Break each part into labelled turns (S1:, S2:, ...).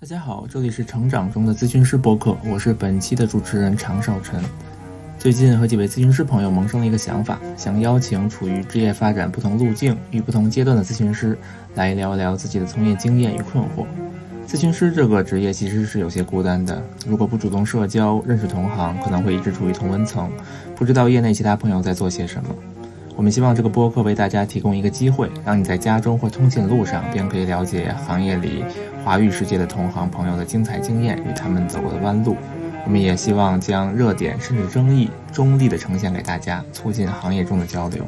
S1: 大家好，这里是成长中的咨询师播客，我是本期的主持人常少晨。最近和几位咨询师朋友萌生了一个想法，想邀请处于职业发展不同路径与不同阶段的咨询师来聊一聊自己的从业经验与困惑。咨询师这个职业其实是有些孤单的，如果不主动社交、认识同行，可能会一直处于同温层，不知道业内其他朋友在做些什么。我们希望这个播客为大家提供一个机会，让你在家中或通勤路上便可以了解行业里华语世界的同行朋友的精彩经验与他们走过的弯路。我们也希望将热点甚至争议中立的呈现给大家，促进行业中的交流。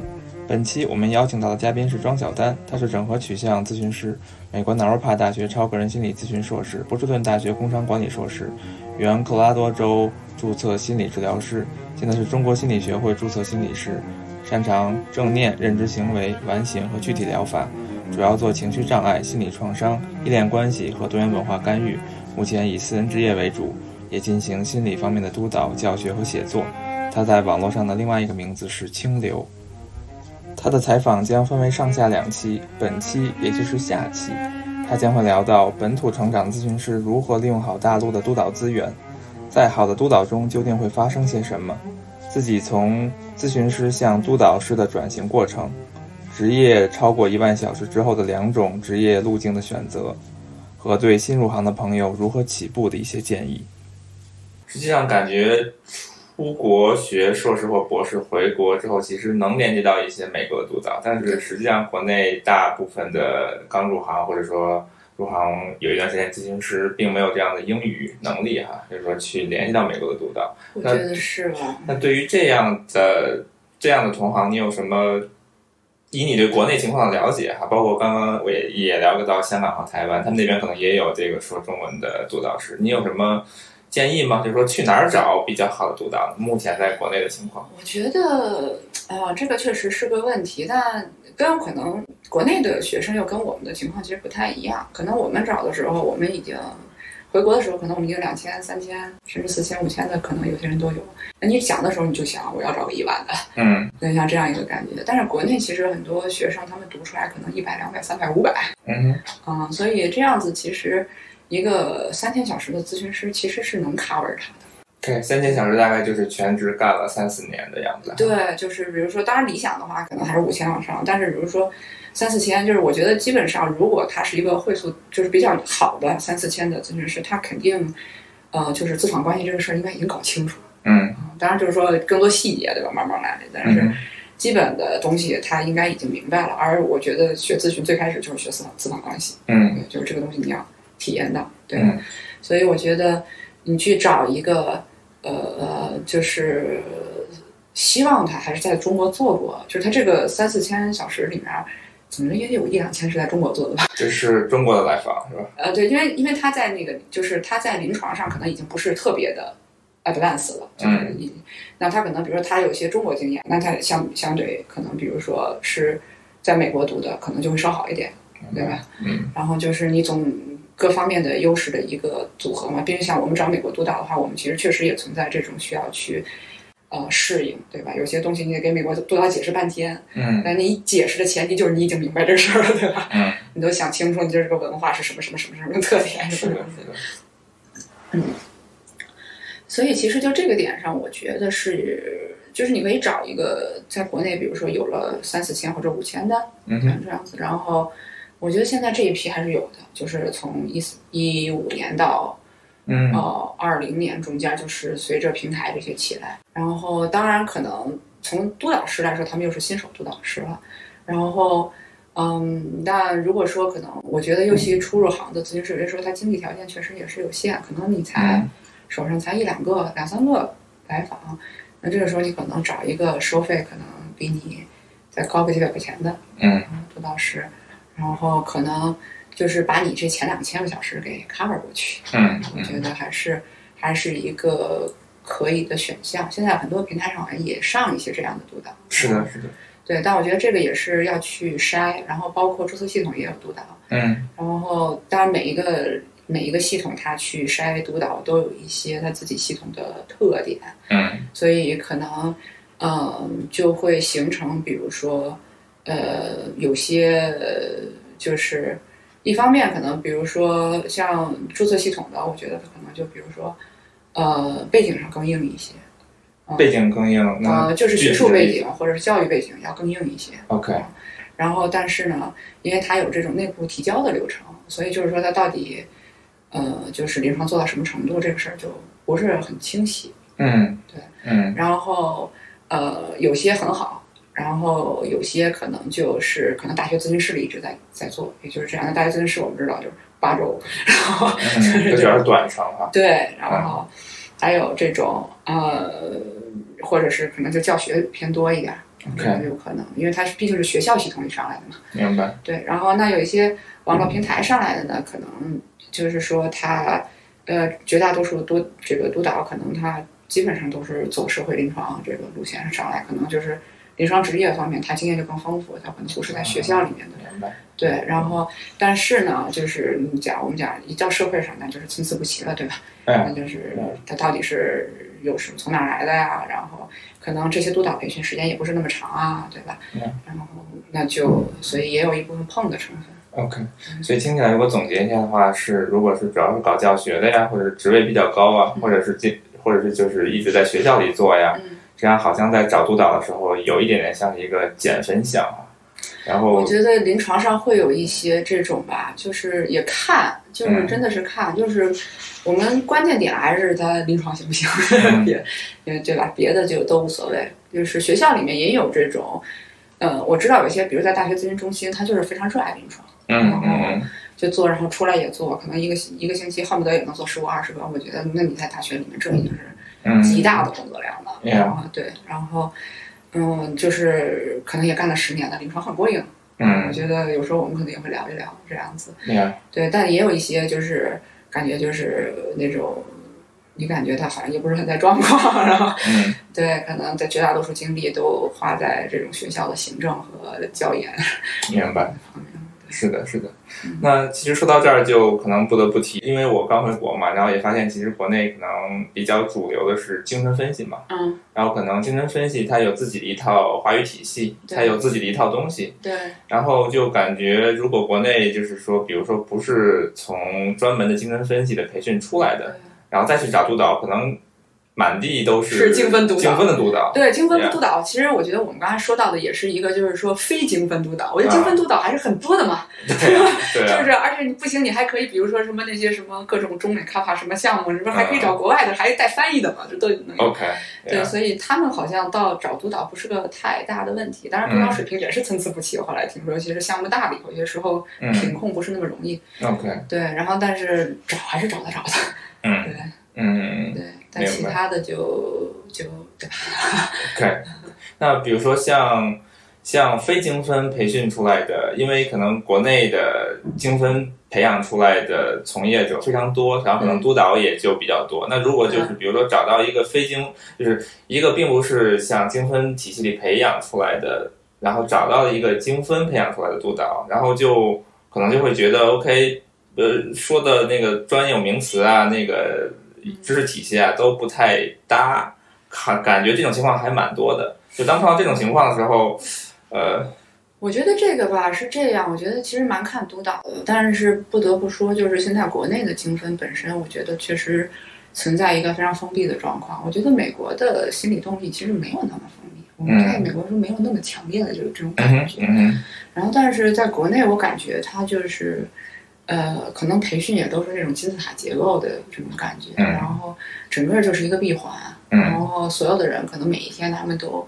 S1: 本期我们邀请到的嘉宾是庄小丹，他是整合取向咨询师，美国纳罗帕大学超个人心理咨询硕士，波士顿大学工商管理硕士，原科罗拉多州注册心理治疗师，现在是中国心理学会注册心理师。擅长正念、认知行为、完形和具体疗法，主要做情绪障碍、心理创伤、依恋关系和多元文化干预。目前以私人职业为主，也进行心理方面的督导、教学和写作。他在网络上的另外一个名字是清流。他的采访将分为上下两期，本期也就是下期，他将会聊到本土成长咨询师如何利用好大陆的督导资源，在好的督导中究竟会发生些什么。自己从咨询师向督导师的转型过程，职业超过一万小时之后的两种职业路径的选择，和对新入行的朋友如何起步的一些建议。实际上，感觉出国学硕士或博士回国之后，其实能连接到一些美国督导，但是实际上国内大部分的刚入行或者说入行有一段时间，咨询师并没有这样的英语能力哈，就是说去联系到美国的督导。
S2: 我觉得是吗？
S1: 那对于这样的这样的同行，你有什么？以你对国内情况的了解哈，包括刚刚我也也聊到香港和台湾，他们那边可能也有这个说中文的督导师，你有什么建议吗？就是说去哪儿找比较好的督导？目前在国内的情况，
S2: 我觉得，哎呀，这个确实是个问题，但跟可能国内的学生又跟我们的情况其实不太一样。可能我们找的时候，我们已经回国的时候，可能我们已经两千、三千，甚至四千、五千的，可能有些人都有。那你想的时候，你就想我要找个一万的，
S1: 嗯
S2: 对，像这样一个感觉。但是国内其实很多学生他们读出来可能一百、两百、三百、五百，
S1: 嗯
S2: 嗯，所以这样子其实一个三千小时的咨询师其实是能 cover 他的。
S1: 对，三千小时大概就是全职干了三四年的样子。
S2: 对，就是比如说，当然理想的话，可能还是五千往上，但是比如说三四千，就是我觉得基本上，如果他是一个会所，就是比较好的三四千的咨询师，他肯定，呃，就是咨访关系这个事儿应该已经搞清楚。
S1: 嗯
S2: 嗯当然就是说更多细节，对吧？慢慢来，但是
S1: 嗯
S2: 基本的东西他应该已经明白了。而我觉得学咨询最开始就是学咨访咨访关系，
S1: 嗯
S2: 对，就是这个东西你要体验到，对。
S1: 嗯
S2: 所以我觉得你去找一个呃呃，就是希望他还是在中国做过，就是他这个三四千小时里面，啊怎么着也得有一两千是在中国做的吧？
S1: 这是中国的来访是吧？
S2: 呃，对，因为因为他在那个就是他在临床上可能已经不是特别的 advanced 了，就是已、那他可能比如说他有一些中国经验，那他相相对可能比如说是在美国读的，可能就会稍好一点，对吧？
S1: 嗯
S2: 然后就是你总各方面的优势的一个组合嘛。毕竟像我们找美国督导的话，我们其实确实也存在这种需要去呃适应，对吧？有些东西你得给美国督导解释半天，
S1: 嗯
S2: 那你解释的前提就是你已经明白这事儿了，对吧？
S1: 嗯，
S2: 你都想清楚，你这个文化是什么什么什么什么特点，
S1: 是
S2: 什么
S1: 的
S2: 什么
S1: 是的，
S2: 所以其实就这个点上，我觉得是，就是你可以找一个在国内，比如说有了三四千或者五千的，
S1: 嗯哼
S2: 像这样子。然后我觉得现在这一批还是有的，就是从一四一五年到
S1: 嗯
S2: 呃二零年中间，就是随着平台这些起来，然后当然可能从督导师来说，他们又是新手督导师了，然后。嗯，但如果说可能，我觉得尤其初入行的咨询师，有些时候他经济条件确实也是有限，可能你才、
S1: 嗯
S2: 手上才一两个、两三个来访，那这个时候你可能找一个收费可能比你再高个几百块钱的
S1: 嗯
S2: 嗯督导师，然后可能就是把你这前两千个小时给 cover 过去。
S1: 嗯
S2: 我觉得还是还是一个可以的选项。现在很多平台上好像也上一些这样的督导，
S1: 是的是的，
S2: 对，但我觉得这个也是要去筛，然后包括注册系统也有督导，
S1: 嗯
S2: 然后，当然每一个每一个系统，它去筛督导都有一些它自己系统的特点，
S1: 嗯
S2: 所以可能，嗯，就会形成，比如说，呃，有些呃就是一方面可能比如说像注册系统的，我觉得它可能就比如说呃背景上更硬一些，
S1: 背景更硬，那
S2: 呃就是
S1: 具
S2: 学
S1: 体
S2: 术
S1: 的
S2: 背
S1: 例子
S2: 景或者是教育背景要更硬一些。
S1: OK，
S2: 然后，但是呢，因为它有这种内部提交的流程，所以就是说它到底，呃，就是临床做到什么程度，这个事儿就不是很清晰。
S1: 嗯，
S2: 对，
S1: 嗯
S2: 然后，呃，有些很好，然后有些可能就是可能大学咨询室里一直在在做，也就是这样的。大学咨询室我们知道就是八周，然后
S1: 嗯，这点是短程啊，
S2: 对，然后还有这种呃，或者是可能就教学偏多一点儿，
S1: OK
S2: 这种有可能，因为它是毕竟是学校系统里上来的嘛。
S1: 明白，
S2: 对，然后那有一些网络平台上来的呢，可能就是说他，呃，绝大多数督这个督导可能他基本上都是走社会临床这个路线上来，可能就是临床职业方面他经验就更丰富，他可能不是在学校里面的。
S1: 明白，
S2: 对，然后但是呢，就是你讲我们讲一到社会上，那就是参差不齐了，对吧？那
S1: 哎，
S2: 就是他到底是有什么从哪儿来的呀、然后可能这些督导培训时间也不是那么长啊，对吧？
S1: 嗯
S2: 然后那就所以也有一部分碰的成分。嗯
S1: OK，所以听起来，如果总结一下的话，是如果是主要是搞教学的呀，或者是职位比较高啊，或者是进，或者是就是一直在学校里做呀，
S2: 嗯，
S1: 这样好像在找督导的时候，有一点点像一个捡分项啊。然后
S2: 我觉得临床上会有一些这种吧，就是也看，就是
S1: 嗯
S2: 真的是看，就是我们关键点还是他临床行不行，
S1: 嗯
S2: 别，因为对吧？别的就都无所谓。就是学校里面也有这种，呃，我知道有些，比如在大学咨询中心，他就是非常热爱临床。
S1: 嗯嗯
S2: 就做，然后出来也做，可能一个星一个星期恨不得也能做十五二十个。我觉得那你在大学里面这已经是
S1: 嗯，
S2: 极大的工作量了。
S1: Yeah
S2: 然后对，然后嗯，就是可能也干了十年了，临床很过瘾。我
S1: 嗯，
S2: 觉得有时候我们可能也会聊一聊这样子。
S1: 那样，
S2: 对，但也有一些就是感觉就是那种。你感觉他好像也不是很在状况，然后
S1: 嗯
S2: 对，可能在绝大多数精力都花在这种学校的行政和教研
S1: 明白。
S2: 方面。
S1: 是的，是的
S2: 嗯。
S1: 那其实说到这儿，就可能不得不提，因为我刚回国嘛，然后也发现其实国内可能比较主流的是精神分析嘛，
S2: 嗯，
S1: 然后可能精神分析它有自己的一套话语体系，
S2: 对
S1: 它有自己的一套东西，
S2: 对，
S1: 然后就感觉如果国内就是说，比如说不是从专门的精神分析的培训出来的，然后再去找督导，可能满地都
S2: 是精分督导
S1: 精分的督导，
S2: 对，精分
S1: Yeah
S2: 督导其实我觉得我们刚才说到的也是一个，就是说非精分督导。我觉得精
S1: 啊
S2: 分督导还是很多的嘛，
S1: 对啊对
S2: 是不
S1: 啊，
S2: 是？而且你不行，你还可以，比如说什么那些什么各种中美开发什么项目，是不是还
S1: 啊
S2: 可以找国外的，还带翻译的嘛，这都能有。
S1: OK，
S2: 对，
S1: 啊
S2: 所以他们好像到找督导不是个太大的问题，当然督导
S1: 嗯
S2: 水平也是参差不齐。我后来听说，尤其是项目大里，有些时候
S1: 嗯
S2: 品控不是那么容易。
S1: OK，
S2: 对，然后但是找还是找得着的。
S1: 嗯
S2: 对
S1: 嗯。
S2: 对，但
S1: 明白
S2: 其他的就就对吧？
S1: OK，那比如说像像非精分培训出来的，因为可能国内的精分培养出来的从业者非常多，然后可能督导也就比较多。那如果就是比如说找到一个非精，就是一个并不是像精分体系里培养出来的，然后找到一个精分培养出来的督导，然后就可能就会觉得 OK，呃，说的那个专有名词啊，那个知识体系啊都不太搭。感感觉这种情况还蛮多的。就当碰到这种情况的时候，呃，
S2: 我觉得这个吧是这样，我觉得其实蛮看督导的，但是不得不说，就是现在国内的精分本身，我觉得确实存在一个非常封闭的状况。我觉得美国的心理动力其实没有那么封闭，我们在美国是没有那么强烈的这种这种
S1: 嗯
S2: 感
S1: 哼
S2: 觉。
S1: 嗯
S2: 然后，但是在国内，我感觉它就是，呃，可能培训也都是这种金字塔结构的这种感觉，
S1: 嗯
S2: 然后整个就是一个闭环，
S1: 嗯
S2: 然后所有的人可能每一天他们都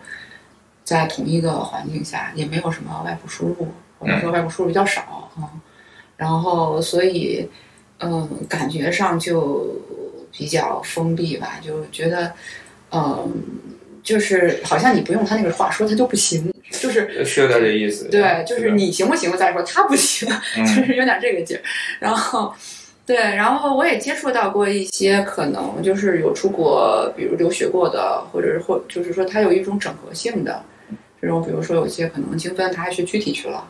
S2: 在同一个环境下，也没有什么外部输入，或
S1: 嗯
S2: 者说外部输入比较少，嗯，然后所以，嗯，感觉上就比较封闭吧，就觉得，嗯。就是好像你不用他那个话说，他就不行，就是
S1: 哼，是有点这意思。
S2: 对，啊就是
S1: 的，
S2: 你行不行了再说，他不 行，就
S1: 嗯
S2: 是有点这个劲儿。然后，对，然后我也接触到过一些可能就是有出国，比如留学过的，或者是或就是说他有一种整合性的这种，比如说有些可能精分他还学躯体去了。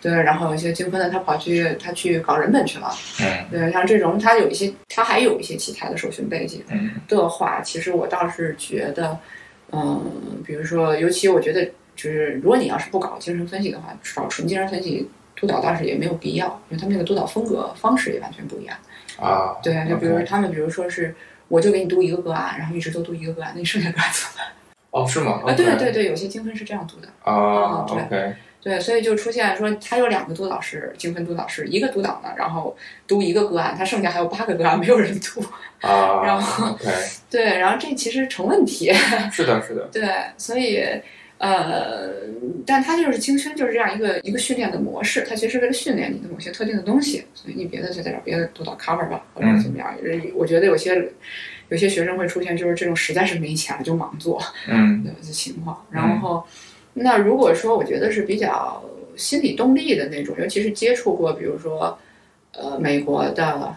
S2: 对，然后有一些精分的，他跑去他去搞人本去了。
S1: 嗯
S2: 对，像这种他有一些，他还有一些其他的受训背景。
S1: 嗯
S2: 的话，其实我倒是觉得，嗯，比如说，尤其我觉得，就是如果你要是不搞精神分析的话，搞纯精神分析督导倒是也没有必要，因为他们那个督导风格方式也完全不一样。
S1: 啊，
S2: 对，就比如
S1: OK
S2: 他们，比如说是我就给你读一个个案，然后一直都读一个个案，那你剩下个案怎么办？
S1: 哦，是吗？
S2: 啊，对
S1: OK
S2: 对对，有些经分是这样读的。
S1: 啊
S2: 嗯对
S1: ，OK，
S2: 对，所以就出现说他有两个督导师，精分督导师，一个督导呢，然后读一个个案，他剩下还有八个个案没有人读。
S1: 啊，
S2: 然后
S1: OK，
S2: 对，然后这其实成问题。
S1: 是的，是的，
S2: 对，所以呃，但他就是精分就是这样一个一个训练的模式，它其实是为了训练你的某些特定的东西，所以你别的就在这儿别的督导 cover 吧，或者
S1: 嗯
S2: 怎么样。人我觉得有些有些学生会出现就是这种实在是没钱了就盲做。
S1: 嗯
S2: 的的情况。然后，那如果说我觉得是比较心理动力的那种，尤其是接触过，比如说，呃，美国的，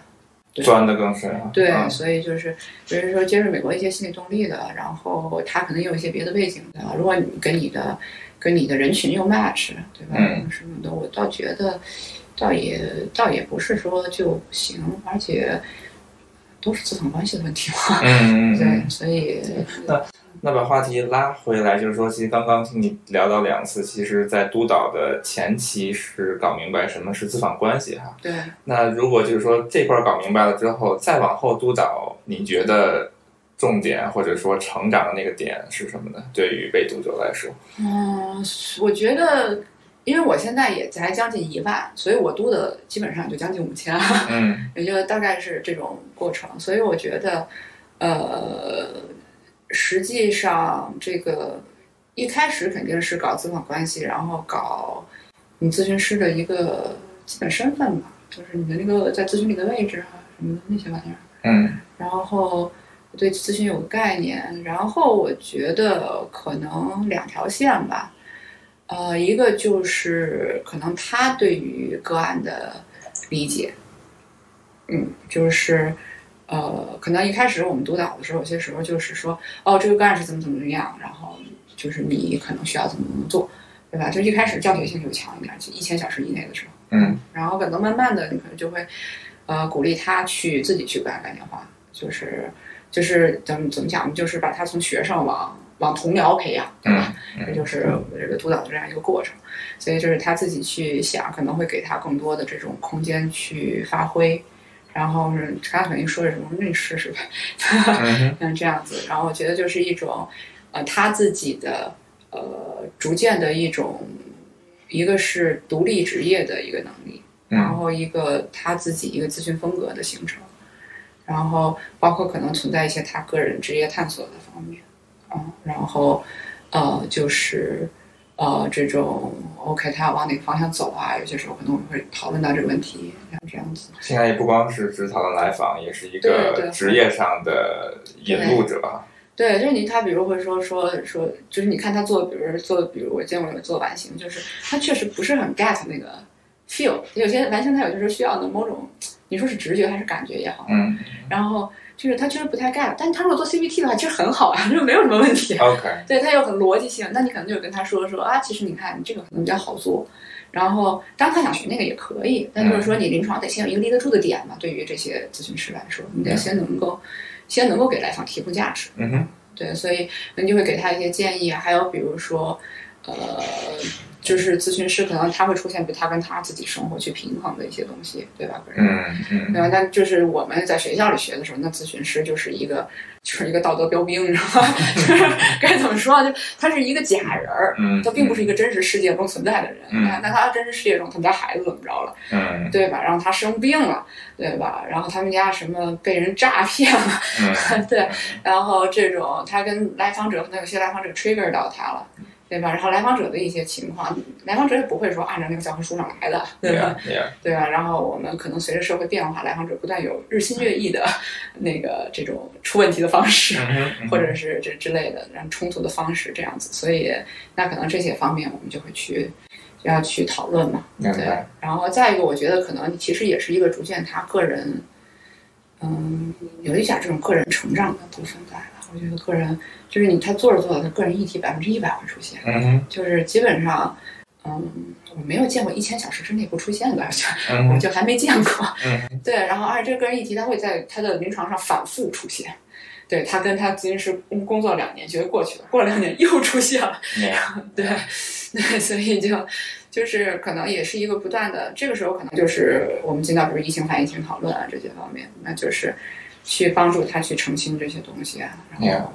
S2: 对
S1: 钻的更深啊，
S2: 对，
S1: 嗯
S2: 所以就是，比如说接触美国一些心理动力的，然后他可能有一些别的背景的，如果你跟你的跟你的人群又 match，对吧？
S1: 嗯
S2: 什么的，我倒觉得，倒也倒也不是说就不行，而且都是自层关系的问题嘛。
S1: 嗯嗯嗯
S2: 对，。所以
S1: 那把话题拉回来，就是说，其实刚刚听你聊到两次，其实，在督导的前期是搞明白什么是咨访关系哈。
S2: 对。
S1: 那如果就是说这块儿搞明白了之后，再往后督导，你觉得重点或者说成长的那个点是什么呢？对于被读者来说，
S2: 嗯，我觉得，因为我现在也才将近一万，所以我读的基本上就将近五千，
S1: 嗯
S2: 也就大概是这种过程。所以我觉得，呃，实际上这个一开始肯定是搞咨访关系，然后搞你咨询师的一个基本身份吧，就是你的那个在咨询里的位置啊什么的那些玩意儿。
S1: 嗯
S2: 然后我对咨询有个概念，然后我觉得可能两条线吧，呃，一个就是可能他对于个案的理解，嗯，就是呃，可能一开始我们督导的时候，有些时候就是说，哦，这个个案是怎么怎么样，然后就是你可能需要怎么怎么做，对吧？就一开始教学性就强一点，就一千小时以内的时候。
S1: 嗯
S2: 然后可能慢慢的，你可能就会，呃，鼓励他去自己去给他打电话，就是就是怎么怎么讲，就是把他从学生往往同僚培养，对吧？这嗯就是这个督导的这样一个过程，所以就是他自己去想，可能会给他更多的这种空间去发挥。然后是他肯定说是什么，那你试 试呗，
S1: 嗯哼
S2: 像这样子。然后我觉得就是一种，呃，他自己的呃，逐渐的一种，一个是独立职业的一个能力，然
S1: 嗯
S2: 后一个他自己一个咨询风格的形成，然后包括可能存在一些他个人职业探索的方面，啊、然后呃就是呃这种 OK，他要往哪个方向走啊？有些时候可能我们会讨论到这个问题，然后这样子。
S1: 现在也不光是只讨论来访，也是一
S2: 对
S1: 个
S2: 对
S1: 职业上的引路者啊。
S2: 对，就是你，他比如会说说说，就是你看他做，比如说做，比如我见过有做完形，就是他确实不是很 get 那个 feel，有些完形他有些时候需要的某种，你说是直觉还是感觉也好，
S1: 嗯
S2: 然后就是他确实不太 get，但是他如果做 CPT 的话，其实很好啊，就 没有什么问题。
S1: ，OK，
S2: 对他有很逻辑性，那你可能就跟他说说啊，其实你看你这个可能比较好做，然后当然他想学那个也可以，但就
S1: 嗯
S2: 是说你临床得先有一个立得住的点嘛，对于这些咨询师来说，你得
S1: 嗯
S2: 先能够先能够给来访提供价值。
S1: 嗯哼，
S2: 对，所以你就会给他一些建议，还有比如说，呃，就是咨询师可能他会出现，比如他跟他自己生活去平衡的一些东西，对吧？个人
S1: 嗯嗯
S2: 对吧？但就是我们在学校里学的时候，那咨询师就是一个就是一个道德标兵，你知道吗？ 就是该怎么说啊？就他是一个假人儿，
S1: 嗯，
S2: 他并不是一个真实世界中存在的人。
S1: 嗯
S2: 那那他真实世界中，他们家孩子怎么着了，
S1: 嗯
S2: 对吧？然后他生病了，对吧？然后他们家什么被人诈骗了，
S1: 嗯
S2: 对。然后这种他跟来访者可能有些来访者 trigger 到他了。对吧？然后来访者的一些情况，来访者也不会说啊按照那个教科书上来的，对吧？
S1: ，yeah yeah，
S2: 对吧？然后我们可能随着社会变化，来访者不断有日新月异的那个这种出问题的方式，
S1: 嗯哼嗯哼
S2: 或者是这之类的，然后冲突的方式这样子，所以那可能这些方面我们就会去就要去讨论嘛。
S1: 明
S2: 对
S1: 白，，
S2: 然后再一个，我觉得可能其实也是一个逐渐他个人，嗯，有一点这种个人成长的部分在吧。我觉得个人就是你他做着做着，他个人议题百分之一百会出现，
S1: 嗯哼
S2: 就是基本上，嗯，我没有见过一千小时之内不出现的，
S1: 嗯
S2: 我
S1: 哼
S2: 就还没见过。
S1: 嗯哼
S2: 对，然后而且这个个人议题它会在它的临床上反复出现，对他跟他咨询师工工作两年，觉得过去了，过两年又出现了，
S1: 那样
S2: 对，对，所以就就是可能也是一个不断的，这个时候可能就是我们进到比如疫情反疫情讨论啊这些方面，那就是去帮助他去澄清这些东西啊，然
S1: Yeah
S2: 后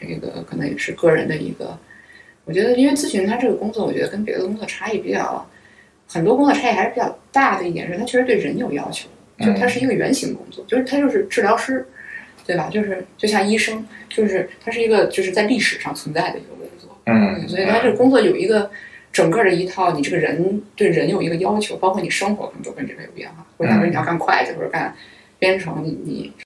S2: 这个可能也是个人的一个，我觉得因为咨询他这个工作，我觉得跟别的工作差异比较，很多工作差异还是比较大的一点是，他确实对人有要求，就他是一个圆形工作，就是他就是治疗师。对吧？就是就像医生，就是他是一个就是在历史上存在的一个工作，
S1: 嗯，
S2: 所以他这个工作有一个整个的一套，你这个人对人有一个要求，包括你生活可能都跟这个有变化。或者
S1: 嗯
S2: 说你要干会计，或者干编程，你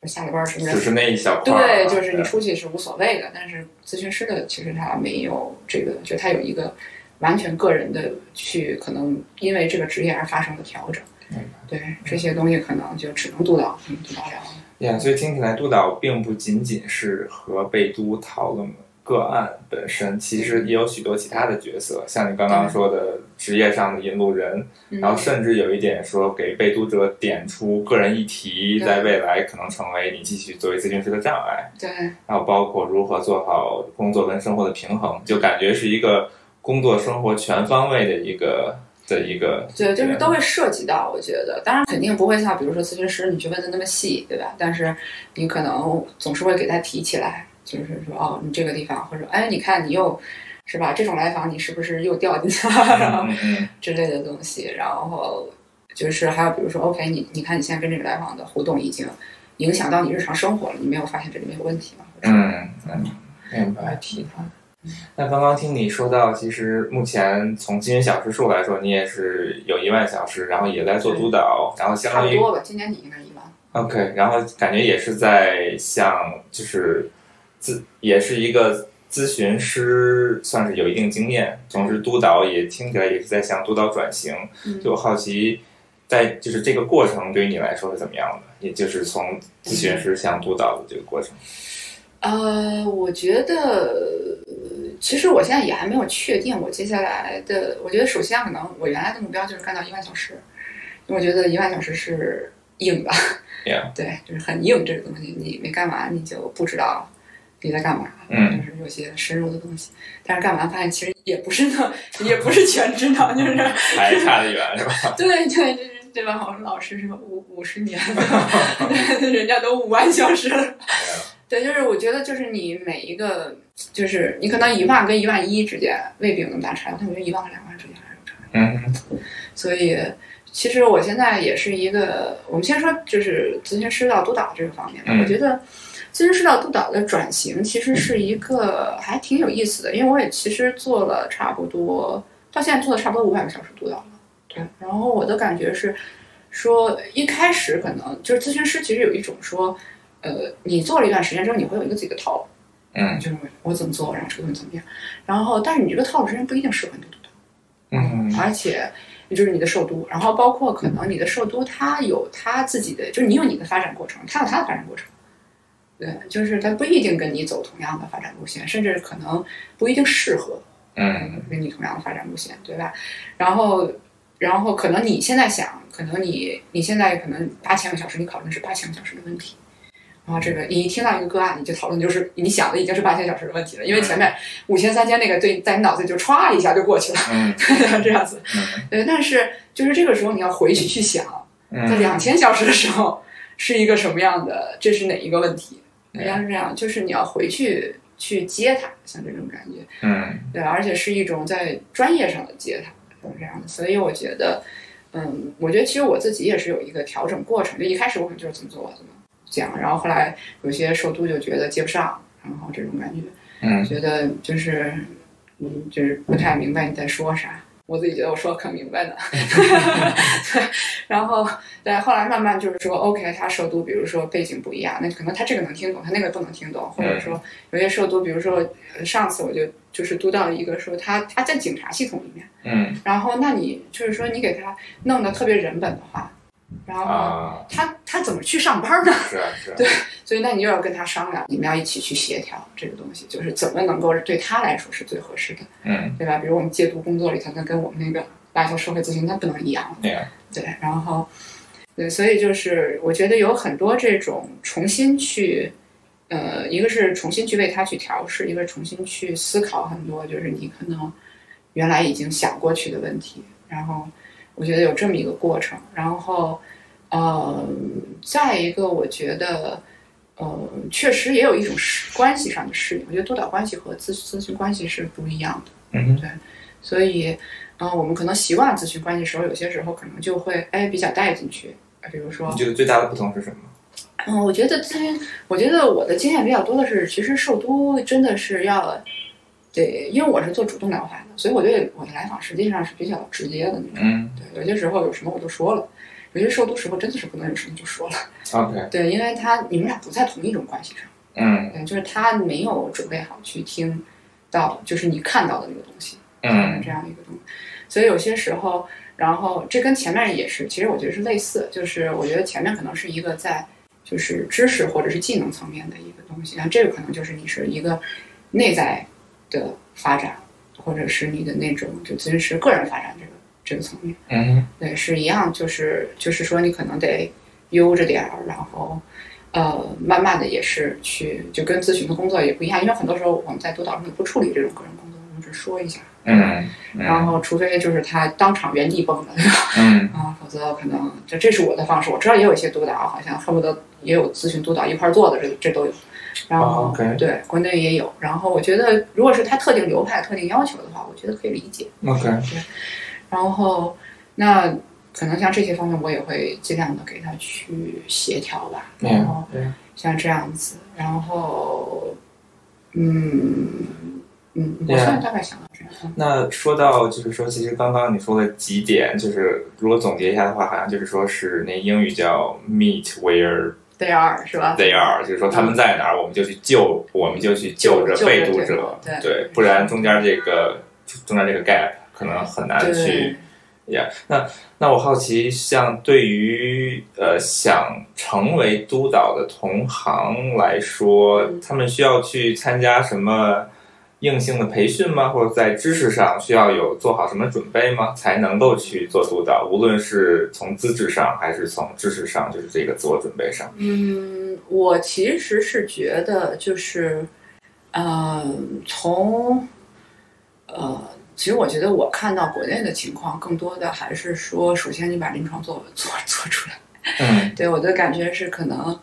S2: 你下了班儿什么
S1: 只
S2: 人？
S1: 是那一小块儿
S2: 对，
S1: 啊，
S2: 就是你出去是无所谓的，但是咨询师的其实他没有这个，就他有一个完全个人的去可能因为这个职业而发生的调整
S1: 明白。
S2: 对这些东西可能就只能督导，嗯督导了。
S1: 呀，所以听起来督导并不仅仅是和被督讨论个案本身，其实也有许多其他的角色，像你刚刚说的职业上的引路人，
S2: 嗯
S1: 然后甚至有一点说给被督者点出个人议题，
S2: 对
S1: 在未来可能成为你继续作为咨询师的障碍。
S2: 对，
S1: 还有包括如何做好工作跟生活的平衡，就感觉是一个工作生活全方位的一个的一个
S2: 对，就是都会涉及到，我觉得，当然肯定不会像比如说咨询师你去问的那么细，对吧？但是你可能总是会给他提起来，就是说哦，你这个地方，或者哎，你看你又是吧？这种来访你是不是又掉进去了？然后
S1: 嗯嗯
S2: 之类的东西，然后就是还有比如说，OK，你你看你现在跟这个来访的互动已经影响到你日常生活了，你没有发现这里面有问题吗？
S1: 嗯嗯，明
S2: 我会
S1: 白。
S2: 提他。
S1: 那刚刚听你说到，其实目前从咨询小时数来说，你也是有一万小时，然后也在做督导，然后相
S2: 差
S1: 当
S2: 不
S1: 于
S2: 多吧，今年你应该一万。
S1: OK，然后感觉也是在向就是咨也是一个咨询师，算是有一定经验，同时督导也听起来也是在向督导转型。
S2: 嗯
S1: 就我好奇，在就是这个过程对于你来说是怎么样的？也就是从咨询师向督导的这个过程。
S2: 呃，我觉得，呃其实我现在也还没有确定我接下来的。我觉得首先啊可能我原来的目标就是干到一万小时，因为我觉得一万小时是硬吧
S1: Yeah
S2: 对，就是很硬这个东西，你没干完你就不知道你在干嘛，
S1: 嗯
S2: 就是有些深入的东西。但是干完发现其实也不是那，也不是全知 道，就是
S1: 还差得远是吧？
S2: 对对，就是对吧？我们老师是五五十年 的，对人家都五万小时了。对，就是我觉得，就是你每一个，就是你可能一万跟一万一之间未必有那么大差异，但我觉得一万和两万之间还是有差异。
S1: 嗯
S2: 所以，其实我现在也是一个，我们先说就是咨询师到督导这个方面吧。
S1: 嗯
S2: 我觉得咨询师到督导的转型其实是一个还挺有意思的，因为我也其实做了差不多到现在做了差不多五百个小时督导了。对，然后我的感觉是说，一开始可能就是咨询师其实有一种说，呃，你做了一段时间之后，你会有一个自己的套路。
S1: 嗯
S2: 就是我怎么做，然后这个东西怎么样，然后但是你这个套路之间不一定适合你的督导，
S1: 嗯
S2: 而且就是你的受督，然后包括可能你的受督他有他自己的，就是你有你的发展过程，他有他的发展过程，对，就是他不一定跟你走同样的发展路线，甚至可能不一定适合，
S1: 嗯
S2: 跟你同样的发展路线，对吧？然后，然后可能你现在想，可能你你现在可能八千个小时，你考虑的是八千个小时的问题。然后这
S1: 嗯
S2: 个你一听到一个个案，你就讨论就是你想的已经是八千小时的问题了，因为前面五千、三千那个对在你脑子里就歘一下就 过去了，
S1: 嗯
S2: 这样子。对，但是就是这个时候你要回去去想，在
S1: 嗯
S2: 两千小时的时候是一个什么样的？这是哪一个问题？
S1: 嗯
S2: 应该是这样，就是你要回去去接它，像这种感觉。
S1: 嗯
S2: 对，而且是一种在专业上的接谈，就是这样的。所以我觉得，嗯，我觉得其实我自己也是有一个调整过程。就一开始我可能就是怎么做怎么讲，然后后来有些首都就觉得接不上，然后这种感觉，
S1: 嗯
S2: 觉得就是，嗯，就是不太明白你在说啥。我自己觉得我说的可明白呢， 对，然后对，后来慢慢就是说，OK，他受读，比如说背景不一样，那可能他这个能听懂，他那个不能听懂，或者说有些受读，比如说呃上次我就就是读到一个说他他在警察系统里面，
S1: 嗯
S2: 然后那你就是说你给他弄得特别人本的话，然后
S1: 啊，
S2: 他他怎么去上班呢？
S1: 是啊是啊，
S2: 所以那你又要跟他商量，你们要一起去协调这个东西，就是怎么能够对他来说是最合适的，
S1: 嗯
S2: 对吧？比如我们戒毒工作里头，那跟我们那个拉条社会咨询，那不能一样，
S1: 那样
S2: 对，然后对，所以就是我觉得有很多这种重新去。呃，一个是重新去为它去调试，一个重新去思考很多，就是你可能原来已经想过去的问题。然后我觉得有这么一个过程。然后，呃，再一个，我觉得，呃，确实也有一种适关系上的适应。我觉得督导关系和咨咨询关系是不一样的。
S1: 嗯哼，
S2: 所以，嗯、我们可能习惯咨询关系的时候，有些时候可能就会哎比较带进去。呃比如说
S1: 你，觉得最大的不同是什么？
S2: 嗯，我觉得咨询，我觉得我的经验比较多的是，其实受督真的是要，对，因为我是做主动疗法的，所以我对我的来访实际上是比较直接的那种。
S1: 嗯
S2: 对，有些时候有什么我就说了，有些受督时候真的是不能有什么就说了。
S1: ，OK，
S2: 对，因为他你们俩不在同一种关系上，
S1: 嗯
S2: 对，就是他没有准备好去听到，就是你看到的那个东西。
S1: 嗯
S2: 这样的一个东西。所以有些时候，然后这跟前面也是，其实我觉得是类似，就是我觉得前面可能是一个在就是知识或者是技能层面的一个东西，然后这个可能就是你是一个内在的发展，或者是你的那种就咨询师个人发展这个这个层面。
S1: 嗯
S2: 对，是一样，就是就是说你可能得悠着点儿，然后呃，慢慢的也是去就跟咨询的工作也不一样，因为很多时候我们在督导中不处理这种个人工作，我们只说一下，
S1: 嗯
S2: 然
S1: 嗯
S2: 后除非就是他当场原地蹦了
S1: 嗯
S2: 啊，否则可能这这是我的方式。我知道也有一些督导好像恨不得也有咨询督导一块儿做的，这这都有。然后、
S1: 哦，OK
S2: 对国内也有，然后我觉得如果是他特定流派、特定要求的话，我觉得可以理解。
S1: ，OK，
S2: 然后那可能像这些方面，我也会尽量的给他去协调吧。然后
S1: 嗯嗯
S2: 像这样子，然后嗯嗯，我
S1: Yeah
S2: 现在大概想到这样。嗯
S1: 那说到就是说，其实刚刚你说了几点，就是如果总结一下的话，好像就是说是那英语叫 meet where
S2: They are 是吧
S1: they are，就是说他们在哪儿，我们就去救，我们就去救
S2: 救
S1: 着
S2: 救
S1: 被
S2: 着
S1: 渡
S2: 对
S1: 者，
S2: 对
S1: 对，不然中间这个中间这个 gap 可能很难去
S2: 对。
S1: 呀、那那我好奇，像对于呃想成为督导的同行来说，
S2: 嗯
S1: 他们需要去参加什么硬性的培训吗？或者在知识上需要有做好什么准备吗？才能够去做督导？无论是从资质上，还是从知识上，就是这个自我准备上。
S2: 嗯，我其实是觉得就是，呃，从，呃，其实我觉得我看到国内的情况，更多的还是说，首先你把临床做做做出来。
S1: 嗯
S2: 对我的感觉是，可能，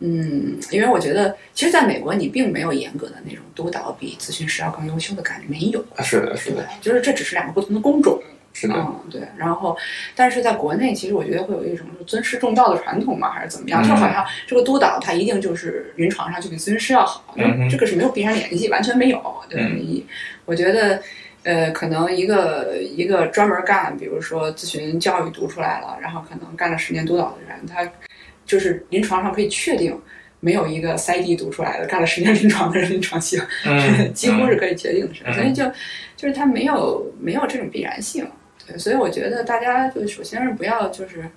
S2: 嗯，因为我觉得，其实在美国你并没有严格的那种督导比咨询师要更优秀的感觉，没有，
S1: 啊是的，是
S2: 对
S1: 的，，
S2: 就是这只是两个不同的工种。
S1: 是的，
S2: 嗯，对。然后，但是在国内，其实我觉得会有一种就尊师重道的传统嘛，还是怎么样？
S1: 嗯
S2: 就好像这个督导他一定就是临床上就比咨询师要好，那
S1: 嗯哼
S2: 这个是没有必然联系，完全没有。对，
S1: 嗯
S2: 你我觉得。呃，可能一个一个专门干，比如说咨询教育读出来了，然后可能干了十年督导的人，他就是临床上可以确定没有一个塞地读出来的干了十年临床的人临床性，
S1: 嗯，
S2: 几乎是可以决定的事，
S1: 嗯
S2: 所以就就是它没有没有这种必然性，对，所以我觉得大家就首先是不要就是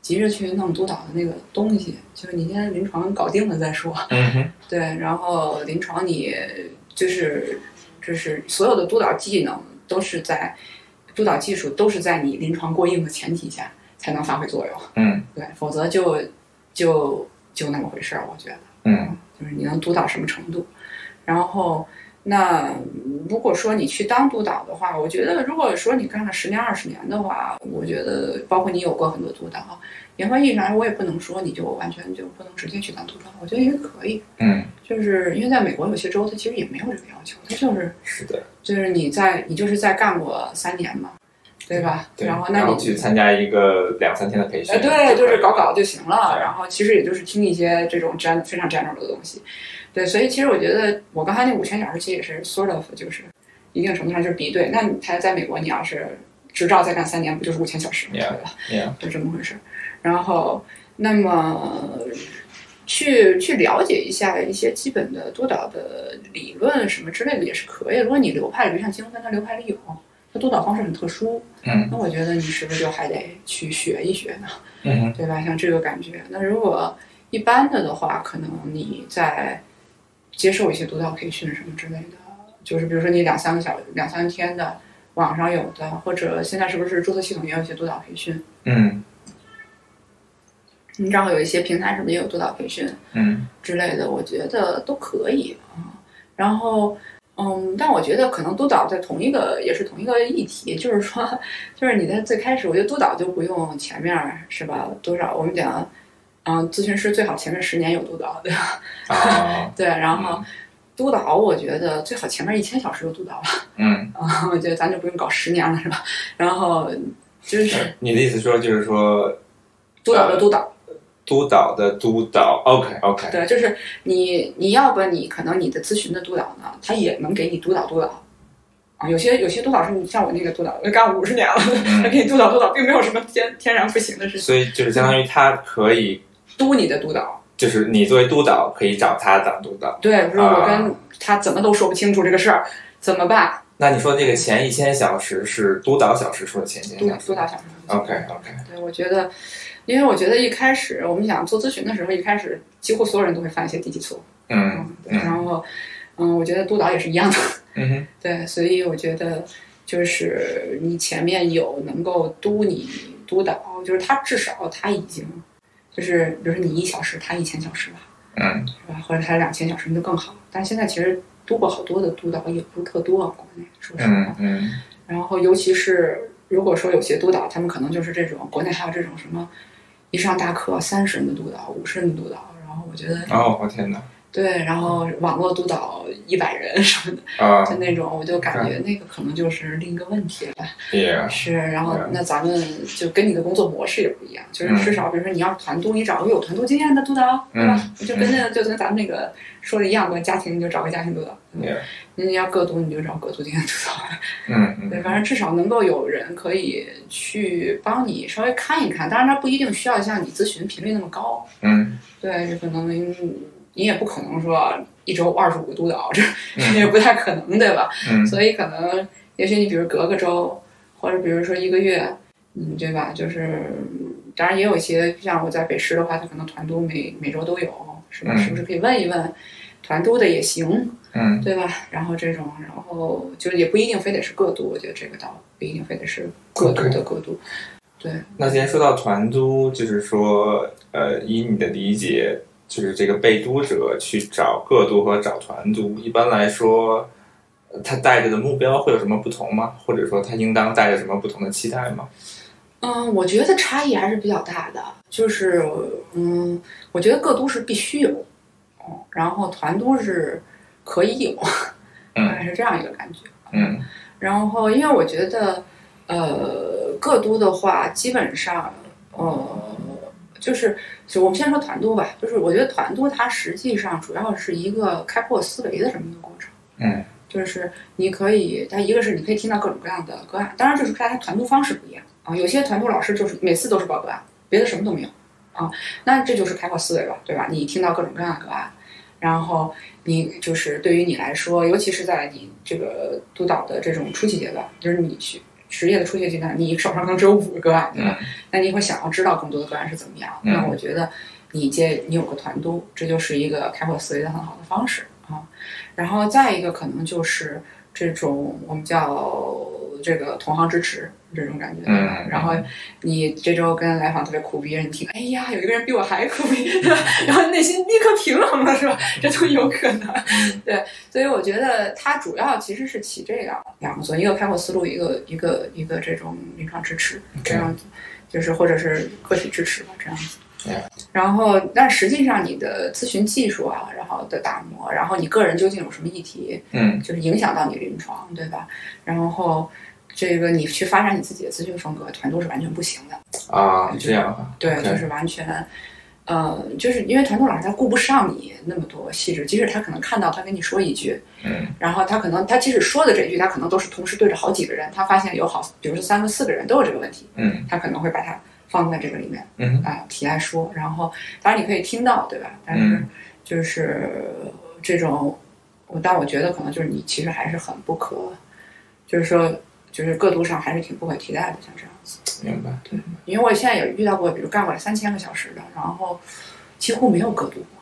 S2: 急着去弄督导的那个东西，就是你先临床搞定了再说，
S1: 嗯哼，
S2: 对，然后临床你就是就是所有的督导技能都是在督导技术都是在你临床过硬的前提下才能发挥作用，
S1: 嗯
S2: 对，否则就就就那么回事儿，我觉得。
S1: 嗯
S2: 就是你能督导什么程度。然后，那嗯如果说你去当督导的话，我觉得如果说你干了十年、二十年的话，我觉得包括你有过很多督导，严格意义上我也不能说你就完全就不能直接去当督导，我觉得也呃可以。
S1: 嗯，
S2: 就是因为在美国有些州，它其实也没有这个要求，它就是
S1: 是的，
S2: 就是你在你就是在干过三年嘛，对吧？
S1: 对。
S2: 然后那你
S1: 去参加一个两三天的培训
S2: 呃，
S1: 可以了，
S2: 对，就是搞搞就行了。
S1: 对
S2: 然后其实也就是听一些这种 gen 非常 general 的东西，对。所以其实我觉得我刚才那五千小时其实也是 sort of 就是一定程度上就是比对。那你他在美国，你要是执照再干三年，不就是五千小时吗？对
S1: Yeah
S2: 吧？
S1: Yeah
S2: 就这么回事。然后那么。去去了解一下一些基本的督导的理论什么之类的也是可以。如果你流派，比如像金融分，它流派里有，它督导方式很特殊，
S1: 嗯
S2: 那我觉得你是不是就还得去学一学呢？
S1: 嗯哼
S2: 对吧？像这个感觉。那如果一般的的话，可能你在接受一些督导培训什么之类的，就是比如说你两三个小两三天的，网上有的，或者现在是不是注册系统也有一些督导培训？
S1: 嗯
S2: 你正好有一些平台是不是也有督导培训
S1: 嗯
S2: 之类的，我觉得都可以啊。然后，嗯，但我觉得可能督导在同一个也是同一个议题，就是说，就是你在最开始，我觉得督导就不用前面儿是吧？多少我们讲，嗯，咨询师最好前面十年有督导，对吧？
S1: 啊，
S2: 对，然后督导，我觉得最好前面一千小时有督导吧，
S1: 嗯，
S2: 啊， 我觉得咱就不用搞十年了，是吧？然后就是
S1: 你的意思说就是说
S2: 督导的督导，
S1: 督导的督导，OK OK，
S2: 对，就是你你要不你可能你的咨询的督导呢，他也能给你督导督导。啊，有些有些督导是你像我那个督导，干五十年了，他给你督导督导，并没有什么天天然不行的事情，
S1: 嗯所以就是相当于他可以，
S2: 督你的督导。
S1: 就是你作为督导可以找他当督导。
S2: 对，我说我跟
S1: 啊
S2: 他怎么都说不清楚这个事儿，怎么办？
S1: 那你说这个前一千小时是督导小时说的前一千
S2: 督
S1: 小时
S2: 督导想什么？
S1: ？OK OK，
S2: 对，我觉得，因为我觉得一开始我们想做咨询的时候，一开始几乎所有人都会犯一些低级错误。
S1: 嗯
S2: 对，
S1: 嗯
S2: 然后，嗯，我觉得督导也是一样的。
S1: 嗯哼
S2: 对，所以我觉得就是你前面有能够督你督导，就是他至少他已经，就是比如说你一小时，他一千小时吧，
S1: 嗯
S2: 是吧？或者他两千小时那就更好。但现在其实督过好多的督导也不是特多啊，国内说实话。
S1: 嗯嗯
S2: 然后尤其是如果说有些督导，他们可能就是这种国内还有这种什么一上大课三十人的督导、五十人的督导，然后我觉得
S1: 嗯，哦，我天哪
S2: 对，然后网络督导一百人什么的，
S1: 啊
S2: 就那种，我就感觉那个可能就是另一个问题了吧。
S1: ，Yeah，
S2: 是，然后
S1: 对
S2: 那咱们就跟你的工作模式也不一样，就是
S1: 嗯
S2: 至少比如说你要团督，你找个有团督经验的督导，对吧？
S1: 嗯
S2: 就跟那个就跟咱们那个说的一样，关于家庭你就找个家庭督导，
S1: Yeah，
S2: 你要个督你就找个督经验督导。
S1: 嗯
S2: 对，
S1: 嗯
S2: 反正至少能够有人可以去帮你稍微看一看，当然他不一定需要像你咨询频率那么高，
S1: 嗯
S2: 对，可能你也不可能说一周二十五个督导，这这也不太可能，对吧？
S1: 嗯
S2: 所以可能也许你比如隔个周，或者比如说一个月，嗯，对吧？就是当然也有一些像我在北师的话，他可能团督每每周都有，是吧？
S1: 嗯
S2: 是不是可以问一问？团督的也行，
S1: 嗯
S2: 对吧？然后这种，然后就也不一定非得是个度，我觉得这个倒不一定非得是个度的个度。
S1: 嗯。那既然说到团督，就是说，呃，以你的理解，就是这个被督者去找个督和找团督，一般来说。呃他带着的目标会有什么不同吗？或者说他应当带着什么不同的期待吗？
S2: 嗯，我觉得差异还是比较大的，就是嗯，我觉得个都是必须有，哦，然后团都是可以有，
S1: 嗯
S2: 大概是这样一个感觉。
S1: 嗯
S2: 然后，因为我觉得，呃，个都的话，基本上，呃，就是就我们先说团都吧，就是我觉得团都它实际上主要是一个开阔思维的这么一个过程。
S1: 嗯，
S2: 就是你可以，它一个是你可以听到各种各样的个案，当然就是大家团督方式不一样啊。有些团督老师就是每次都是报个案，别的什么都没有啊。那这就是开阔思维了，对吧？你听到各种各样的个案，然后你就是对于你来说，尤其是在你这个督导的这种初级阶段，就是你去职业的初级阶段，你手上可能只有五个个案，对吧？那你会想要知道更多的个案是怎么样。
S1: 嗯
S2: 那我觉得你接你有个团督，这就是一个开阔思维的很好的方式啊。然后再一个可能就是这种我们叫这个同行支持这种感觉。
S1: 嗯
S2: 然后你这周跟来访特别苦逼，你听，哎呀，有一个人比我还苦逼， 然后内心立刻平衡了，是吧？这都有可能。 对，所以我觉得它主要其实是起这样两个作用，一个开阔思路，一个一个一个这种临床支持这样子，就是或者是个体支持吧，这样子。
S1: Yeah
S2: 然后，但实际上你的咨询技术啊，然后的打磨，然后你个人究竟有什么议题，
S1: 嗯
S2: 就是影响到你临床，对吧？然后这个你去发展你自己的咨询风格，团队是完全不行的。
S1: 啊，这样啊，
S2: 对，
S1: OK
S2: 就是完全，呃，就是因为团队老师他顾不上你那么多细致，即使他可能看到他跟你说一句，
S1: 嗯
S2: 然后他可能他即使说的这一句，他可能都是同时对着好几个人，他发现有好，比如说三个四个人都有这个问题，
S1: 嗯
S2: 他可能会把它放在这个里面
S1: 嗯
S2: 啊、提来说，然后当然你可以听到，对吧？但是
S1: 嗯
S2: 就是这种，我但我觉得可能就是你其实还是很不可，就是说就是个度上还是挺不可替代的，像这样子。
S1: 明白。
S2: 因为我现在也遇到过，比如干过两三千个小时的，然后几乎没有隔度过。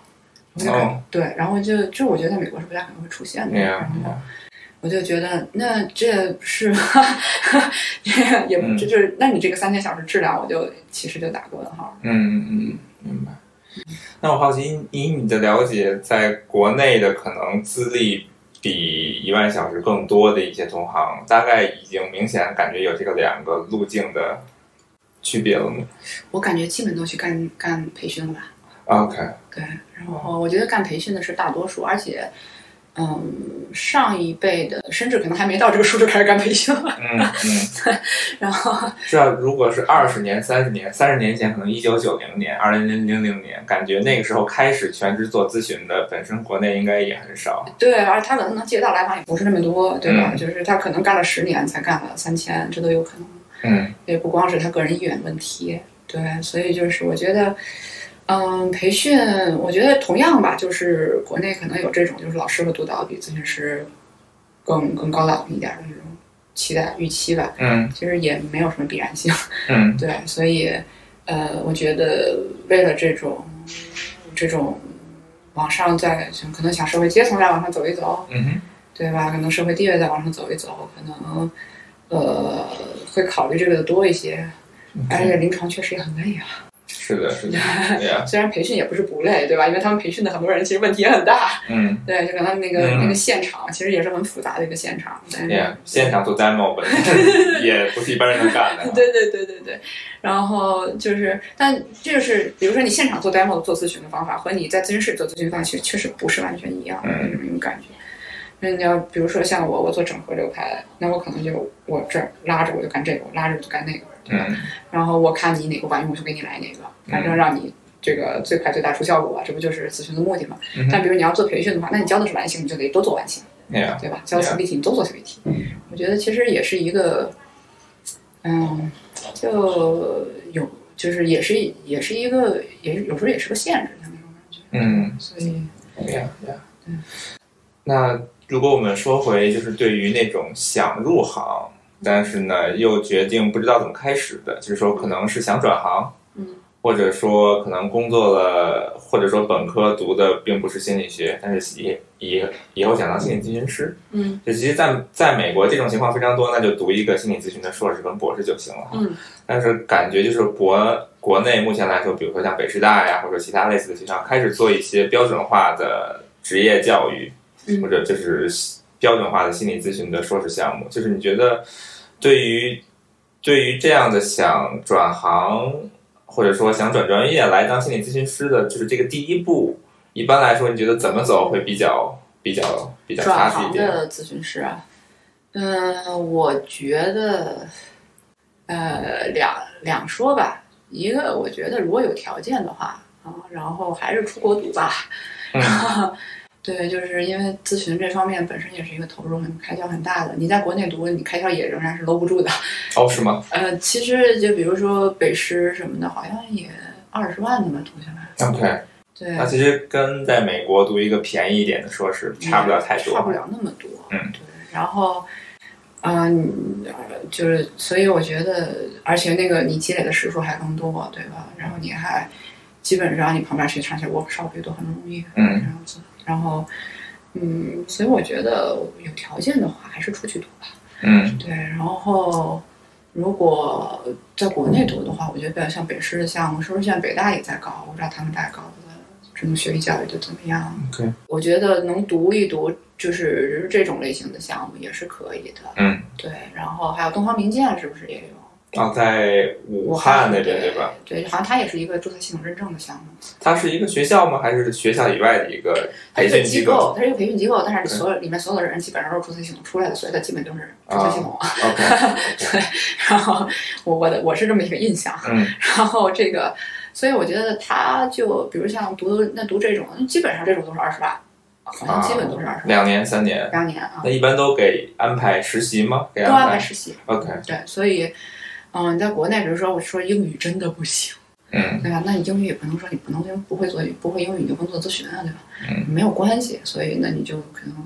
S2: 我就感
S1: 哦啊
S2: 对，然后就这，我觉得在美国是不太可能会出现的。
S1: Yeah，
S2: 然后我就觉得，那这是 也
S1: 嗯
S2: 这就是，那你这个三千小时质量，我就其实就打个问号了。
S1: 嗯嗯嗯，明白。那我好奇，以你的了解，在国内的可能资历比一万小时更多的一些同行，大概已经明显感觉有这个两个路径的区别了吗
S2: 我感觉基本都去干干培训了吧。
S1: ？OK，
S2: 对，然后我觉得干培训的是大多数，而且，嗯，上一辈的甚至可能还没到这个数就开始干培训了。
S1: 嗯嗯，
S2: 然后，
S1: 这如果是二十年、三十年、三十年前，可能一九九零年、二零零零零年，感觉那个时候开始全职做咨询的，本身国内应该也很少。
S2: 对，而他可能能接到来访也不是那么多，对吧？
S1: 嗯
S2: 就是他可能干了十年才干了三千，这都有可能。
S1: 嗯
S2: 也不光是他个人意愿问题，对，所以就是我觉得，嗯，培训，我觉得同样吧，就是国内可能有这种，就是老师和督导比咨询师更更高档一点的这种期待预期吧，
S1: 嗯
S2: 其实也没有什么必然性，
S1: 嗯
S2: 对，所以，呃，我觉得为了这种这种往上再可能想社会阶层再往上走一走，
S1: 嗯哼
S2: 对吧？可能社会地位再往上走一走，可能呃会考虑这个的多一些。而且临床确实也很累啊，
S1: 是的，是的，对呀，
S2: 虽然培训也不是不累，对吧？因为他们培训的很多人其实问题也很大，
S1: 嗯，
S2: 对，就可能那个、
S1: 嗯
S2: 那个现场其实也是很复杂的一个现场，但是。
S1: 对呀，现场做 demo 本 身也不是一般人能干的。
S2: 对对对对对，然后就是，但这就是，比如说你现场做 demo 做咨询的方法和你在咨询室做咨询方法，其实确实不是完全一样的
S1: 嗯
S2: 那种感觉。那你要比如说像我，我做整合流派，那我可能就我这儿拉着我就干这个，我拉着我就干那个，对吧？
S1: 嗯
S2: 然后我看你哪个管用，我就给你来哪个，反正让你这个最快最大出效果吧，啊这不就是咨询的目的嘛？
S1: 嗯哼
S2: 但比如你要做培训的话，那你教的是完形，你就得多做完形。
S1: 对呀，
S2: 对吧？啊嗯教小
S1: Yeah.
S2: 立体，你都做小立体。我觉得其实也是一个，嗯，就有就是也是也是一个，也是有时候也是个限制的那种感觉。
S1: 嗯。
S2: 所以，
S1: 对呀，对呀。那如果我们说回，就是对于那种想入行，但是呢又决定不知道怎么开始的，就是说可能是想转行，
S2: 嗯，
S1: 或者说可能工作了，或者说本科读的并不是心理学，但是也也以后想当心理咨询师，
S2: 嗯
S1: 就其实在在美国这种情况非常多，那就读一个心理咨询的硕士跟博士就行了哈。
S2: 嗯
S1: 但是感觉就是国国内目前来说，比如说像北师大呀，或者其他类似的学校，开始做一些标准化的职业教育，
S2: 嗯
S1: 或者就是标准化的心理咨询的硕士项目。就是你觉得对于对于这样的想转行或者说想转专业来当心理咨询师的，就是这个第一步，一般来说你觉得怎么走会比较比较比较踏
S2: 转
S1: 实
S2: 行
S1: 一点？
S2: 的咨询师啊，嗯、我觉得，呃，两两说吧。一个，我觉得如果有条件的话啊，然后还是出国读吧。
S1: 嗯
S2: 对，就是因为咨询这方面本身也是一个投入很开销很大的，你在国内读，你开销也仍然是搂不住的。
S1: 哦，是吗？
S2: 呃，其实就比如说北师什么的，好像也二十万的吧，读下来。
S1: OK，
S2: 对，
S1: 那其实跟在美国读一个便宜一点的硕士差不了太多，
S2: 嗯差不了那么多。
S1: 嗯
S2: 对。然后，嗯、呃就是所以我觉得，而且那个你积累的时数还更多，对吧？然后你还基本上你旁边去上些 workshop 也都很容易，
S1: 嗯
S2: 这样子。然后，嗯，所以我觉得有条件的话，还是出去读吧。
S1: 嗯
S2: 对，然后。如果在国内读的话，我觉得像北师的项目，是不是现在北大也在搞？我不知道他们大概搞的这种学历教育的怎么样。
S1: ，OK，
S2: 我觉得能读一读，就是这种类型的项目也是可以的。
S1: 嗯，
S2: 对，然后还有东方明剑是不是也有？
S1: 哦，在武汉那边
S2: 对
S1: 对吧？？
S2: 对，好像它也是一个注册系统认证的项目，
S1: 它是一个学校吗？还是学校以外的一个
S2: 它
S1: 培
S2: 是
S1: 训
S2: 一个机
S1: 构
S2: 构，它是一个培训机构，但是
S1: 对
S2: 所有里面所有的人基本上都是注册系统出来的，所以它基本都是注
S1: 啊
S2: 册系统。
S1: ？OK，
S2: 然后我我的我是这么一个印象。
S1: 嗯
S2: 然后这个，所以我觉得他就比如像读那读这种，基本上这种都是二十万，好像基本都是二十万，
S1: 两年三年，
S2: 两年啊，
S1: 那一般都给安排实习吗？给
S2: 都安
S1: 安
S2: 排
S1: 排
S2: 实习。
S1: OK，
S2: 对，所以，嗯、你在国内，比如说我说英语真的不行，
S1: 嗯
S2: 对吧？那你英语也不能说你不能不会做不会英语你就不能做咨询啊，对吧？
S1: 嗯
S2: 没有关系，所以那你就可能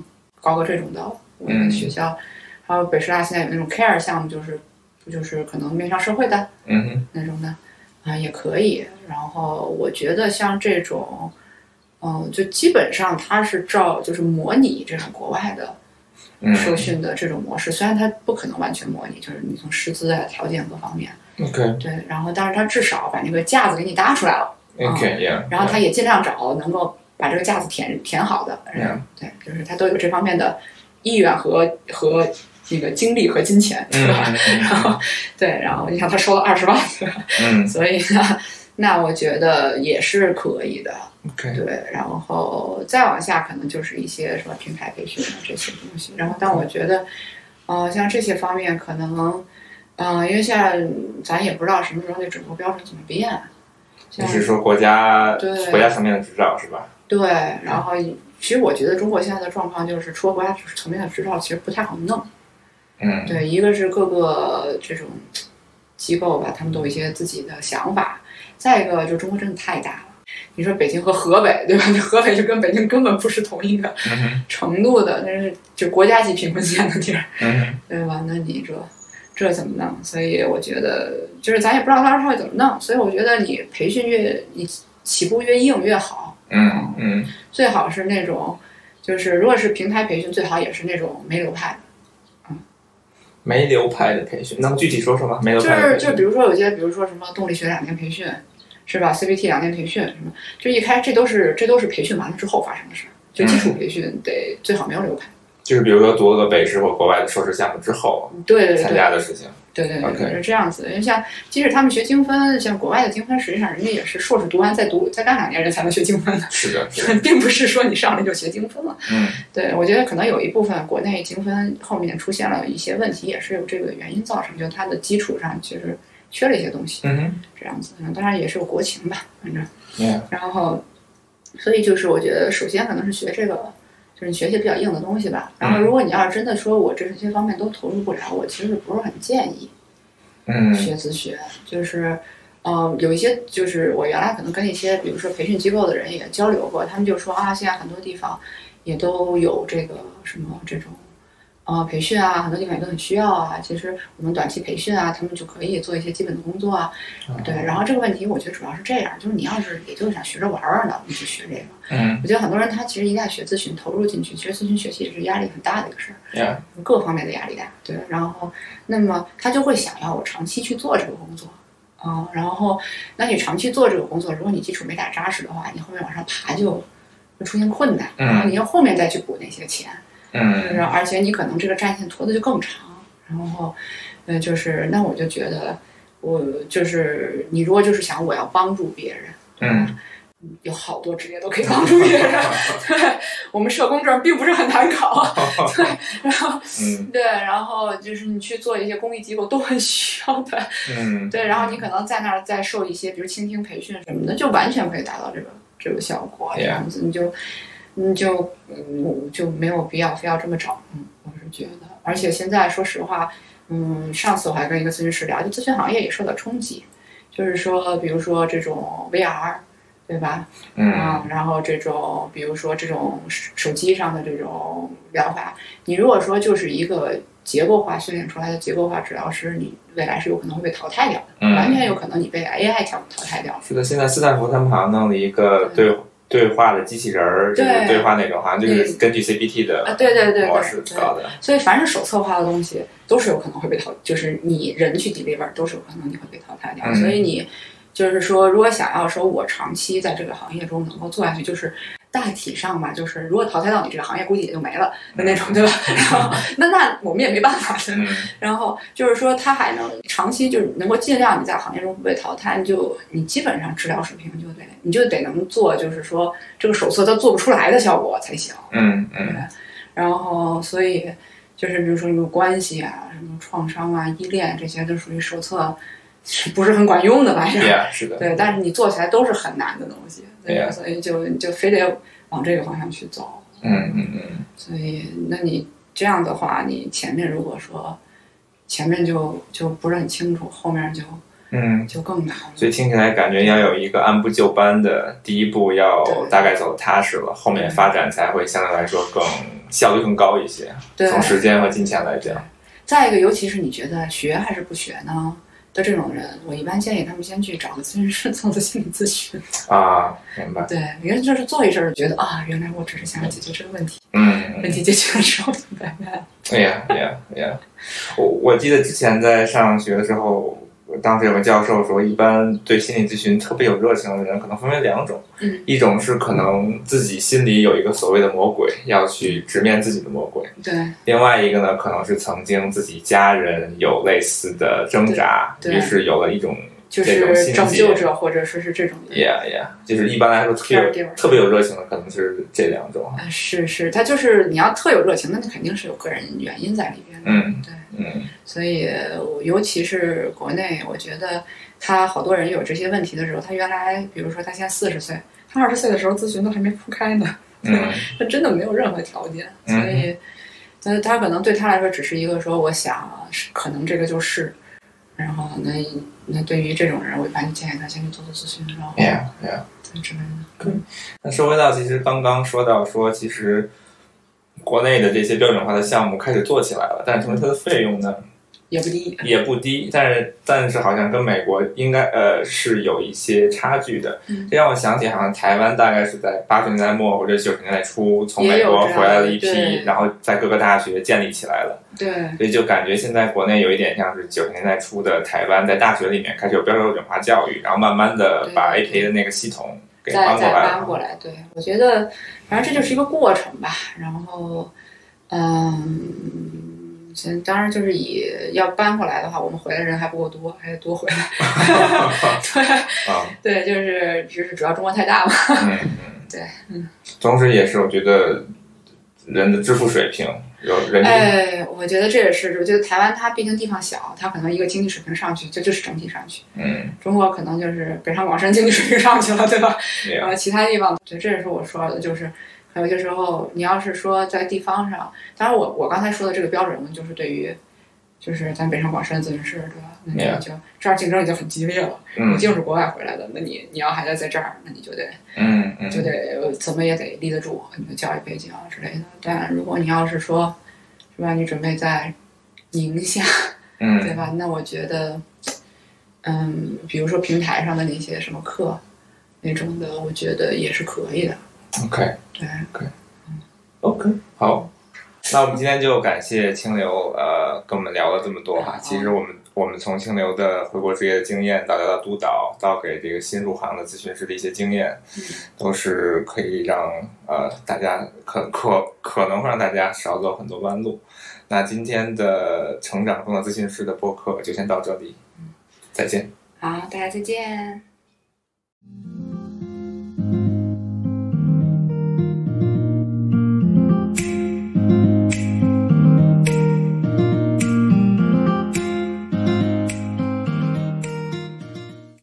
S2: 搞个这种的。我
S1: 嗯
S2: 们学校，还有北师大现在有那种 CARE 项目，就是不就是可能面向社会的
S1: 嗯哼
S2: 那种的啊、也可以。然后我觉得像这种，嗯、就基本上它是照就是模拟这种国外的
S1: 嗯
S2: 受训的这种模式，虽然它不可能完全模拟，就是你从师资啊、条件各方面，
S1: ，OK，
S2: 对，然后但是它至少把那个架子给你搭出来了，
S1: OK，yeah，
S2: 嗯然后他也尽量找能够把这个架子填填好的人，对，就是他都有这方面的意愿和和那个精力和金钱，对
S1: 嗯
S2: 吧？然后对，然后你想他收了二十万，对吧？
S1: 嗯
S2: 所以呢，那我觉得也是可以的，
S1: ，OK，
S2: 对。然后再往下可能就是一些什么品牌培训啊这些东西。然后，但我觉得，呃，像这些方面可能，呃，因为现在咱也不知道什么时候那准入标准怎么变，
S1: 你
S2: 像
S1: 是说国家
S2: 对
S1: 国家层面的执照是吧？
S2: 对，然后其实我觉得中国现在的状况就是，除了国家层面的执照，其实不太好弄。
S1: 嗯，
S2: 对，一个是各个这种机构吧，他们都有一些自己的想法；再一个就是中国真的太大了。你说北京和河北，对吧？那河北就跟北京根本不是同一个
S1: 嗯哼
S2: 程度的，那是就国家级贫困线的地儿，
S1: 嗯哼
S2: 对吧？那你这这怎么弄？所以我觉得，就是咱也不知道到时候会怎么弄。所以我觉得你培训越你起步越硬越好，哦
S1: 嗯嗯
S2: 最好是那种，就是如果是平台培训，最好也是那种没流派
S1: 没流派的培训，能具体说说吗？没
S2: 的，
S1: 流
S2: 就
S1: 派的
S2: 是
S1: 培
S2: 就
S1: 训，
S2: 比如说有些，比如说什么动力学两年培训，是吧？CBT 两年培训什么，就一开这都是这都是培训完了之后发生的事儿，就基
S1: 嗯
S2: 础培训得最好没有流派。
S1: 就是比如说读了个北师或国外的硕士项目之后
S2: 对对对
S1: 参加的事情。
S2: 对对对
S1: OK
S2: 对，是这样子的。因为像即使他们学精分，像国外的精分，实际上人家也是硕士读完再读再干两年人才能学精分的，
S1: 是的，是的，
S2: 并不是说你上来就学精分了。
S1: 嗯
S2: 对，我觉得可能有一部分国内精分后面出现了一些问题，也是有这个原因造成，就它的基础上其实缺了一些东西，
S1: 嗯哼
S2: 这样子。嗯当嗯然也是有国情吧，反正。
S1: ，yeah，
S2: 然后，所以就是我觉得，首先可能是学这个，就是你学一些比较硬的东西吧。然后，如果你要是真的说我这些方面都投入不了，我其实不是很建议
S1: 嗯
S2: 学自学，就是。嗯，有一些就是我原来可能跟一些，比如说培训机构的人也交流过，他们就说啊，现在很多地方也都有这个什么这种，呃，培训啊，很多地方也都很需要啊。其实我们短期培训啊，他们就可以做一些基本的工作啊。对，然后这个问题我觉得主要是这样，就是你要是也就是想学着玩玩呢，你就学这个。
S1: 嗯
S2: 我觉得很多人他其实一旦学咨询投入进去，其实咨询学习也是压力很大的一个事儿。
S1: ，yeah，
S2: 各方面的压力大，对，然后那么他就会想要我长期去做这个工作，啊、然后那你长期做这个工作，如果你基础没打扎实的话，你后面往上爬就会出现困难，
S1: 嗯
S2: 然后你要后面再去补那些钱，
S1: 嗯
S2: 然后而且你可能这个战线拖的就更长，然后，呃，就是那我就觉得我就是你如果就是想我要帮助别人，
S1: 嗯
S2: 有好多职业都可以帮助别人， 对，我们社工证并不是很难考， 对，然后。
S1: 嗯
S2: 对，然后就是你去做一些公益机构都很需要的，
S1: 嗯，
S2: 对，然后你可能在那儿再受一些，比如倾听培训什么的，就完全可以达到这个这个效果，这
S1: Yeah.
S2: 样子你就你就嗯就没有必要非要这么找，嗯，我是觉得，而且现在说实话，嗯，上次我还跟一个咨询师聊，就咨询行业也受到冲击，就是说，比如说这种 VR，对吧？
S1: 嗯
S2: 啊，然后这种比如说这种手手机上的这种疗法，你如果说就是一个结构化训练出来的结构化治疗师，你未来是有可能会被淘汰掉的，
S1: 嗯，
S2: 完全有可能你被 AI 淘淘汰掉。
S1: 是的，现在斯坦福他们好像弄了一个对对话的机器人儿，就是
S2: 对
S1: 对话那种，好像就是根据 CPT
S2: 啊
S1: 的
S2: 对对对对
S1: 模式
S2: 对
S1: 搞的。
S2: 所以凡是手册化的东西都是有可能会被淘，就是你人去 deliver 都是有可能你会被淘汰掉。
S1: 嗯
S2: 所以你就是说，如果想要说我长期在这个行业中能够做下去，就是。大体上吧，就是如果淘汰到你这个行业，估计也就没了的那种，对吧？ 然后那那我们也没办法，对吧
S1: 嗯
S2: 然后就是说，它还能长期就是能够尽量你在行业中不被淘汰，你就你基本上治疗水平就得你就得能做，就是说这个手册它做不出来的效果才行。
S1: 嗯嗯
S2: 然后所以就是比如说什么关系啊、什么创伤啊、依恋这些，都属于手册是不是很管用的玩意儿。
S1: ，Yeah，是的，
S2: 对，但是你做起来都是很难的东西，对吧
S1: Yeah
S2: 所以就你就非得往这个方向去走。
S1: 嗯嗯嗯
S2: 所以，那你这样的话，你前面如果说前面就就不是很清楚，后面就
S1: 嗯。
S2: 就更难了。
S1: 所以听起来感觉要有一个按部就班的，第一步要
S2: 对
S1: 大概走得踏实了，后面发展才会相对来说更效率更高一些。
S2: 对，
S1: 从时间和金钱来讲，
S2: 再一个，尤其是你觉得学还是不学呢的这种人，我一般建议他们先去找个咨询师 做做心理咨询。
S1: 啊，明白。
S2: 对，因为就是做一阵儿，觉得啊，原来我只是想要解决这个问题，
S1: 嗯，嗯
S2: 问题解决了之后就拜拜了。
S1: 哎呀哎呀哎呀！我我记得之前在上学的时候，当时有个教授说，一般对心理咨询特别有热情的人，可能分为两种，
S2: 嗯
S1: 一种是可能自己心里有一个所谓的魔鬼，要去直面自己的魔鬼；
S2: 对
S1: 另外一个呢，可能是曾经自己家人有类似的挣扎，
S2: 对对
S1: 于是有了一种
S2: 就
S1: 这种
S2: 是
S1: 心
S2: 拯
S1: 结。
S2: 救者或者说是这种人。
S1: Yeah, yeah，就是一般来说特别
S2: 第二
S1: 有
S2: 种
S1: 特别有热情的，可能是这两种。
S2: 啊，是是，他就是你要特有热情，那你肯定是有个人原因在里边的。
S1: 嗯，
S2: 对，
S1: 嗯，
S2: 所以我尤其是国内，我觉得他好多人有这些问题的时候，他原来比如说他现在四十岁，他二十岁的时候咨询都还没铺开呢，
S1: 嗯，
S2: 他真的没有任何条件，所
S1: 嗯
S2: 以，那他可能对他来说只是一个说，我想是可能这个就是，然后那那对于这种人，我一般建议他先去做做咨询，然后
S1: yeah, yeah.
S2: 对之类的，
S1: 那说回到其实刚刚说到说，其实国内的这些标准化的项目开始做起来了，但是
S2: 嗯
S1: 同时它的费用呢
S2: 也不低，
S1: 也不低，但是但是好像跟美国应该呃是有一些差距的
S2: 嗯。
S1: 这让我想起好像台湾大概是在八十年代末或者九十年代初从美国回来了一
S2: 也有这样的
S1: 批
S2: 对，
S1: 然后在各个大学建立起来了，
S2: 对。
S1: 所以就感觉现在国内有一点像是九十年代初的台湾，在大学里面开始有标准化教育，然后慢慢的把
S2: 对
S1: APA 的那个系统给
S2: 再
S1: 搬过
S2: 再
S1: 来
S2: 搬
S1: 了。
S2: 过来。对，我觉得反正这就是一个过程吧。然后，嗯，先当然就是以要搬过来的话，我们回来人还不够多，还得多回 来。
S1: 啊，
S2: 对，就是就是主要中国太大嘛。
S1: 嗯，
S2: 对，
S1: 嗯，同时也是我觉得人的支付水平有人均、
S2: 哎，我觉得这也是，我觉得台湾它毕竟地方小，它可能一个经济水平上去，这就是整体上去。
S1: 嗯，
S2: 中国可能就是北上广深经济水平上去了，对吧？
S1: 也
S2: 然后其他地方，对，这也是我说的，就是还有些时候，你要是说在地方上，当然我我刚才说的这个标准呢，就是对于，就是咱北上广深自治市，对吧？那你
S1: Yeah.
S2: 就这样竞争已经很激烈了，
S1: 嗯
S2: 你就是国外回来的，那你你要还在在这儿，那你就得
S1: 嗯嗯
S2: 就得怎么也得立得住你的教育背景啊之类的。但如果你要是说，是吧？你准备在宁夏，对
S1: 嗯
S2: 吧？那我觉得，嗯，比如说平台上的那些什么课，那种的，我觉得也是可以的。
S1: ，OK
S2: 对，
S1: OK，好，那我们今天就感谢清流，呃，跟我们聊了这么多哈。其实我们我们从清流的回国职业的经验，到聊到督导，到给这个新入行的咨询师的一些经验，都是可以让呃大家可可可能会让大家少走很多弯路。那今天的成长中的咨询师的嗯播客就先到这里，再见。
S2: 好，大家再见。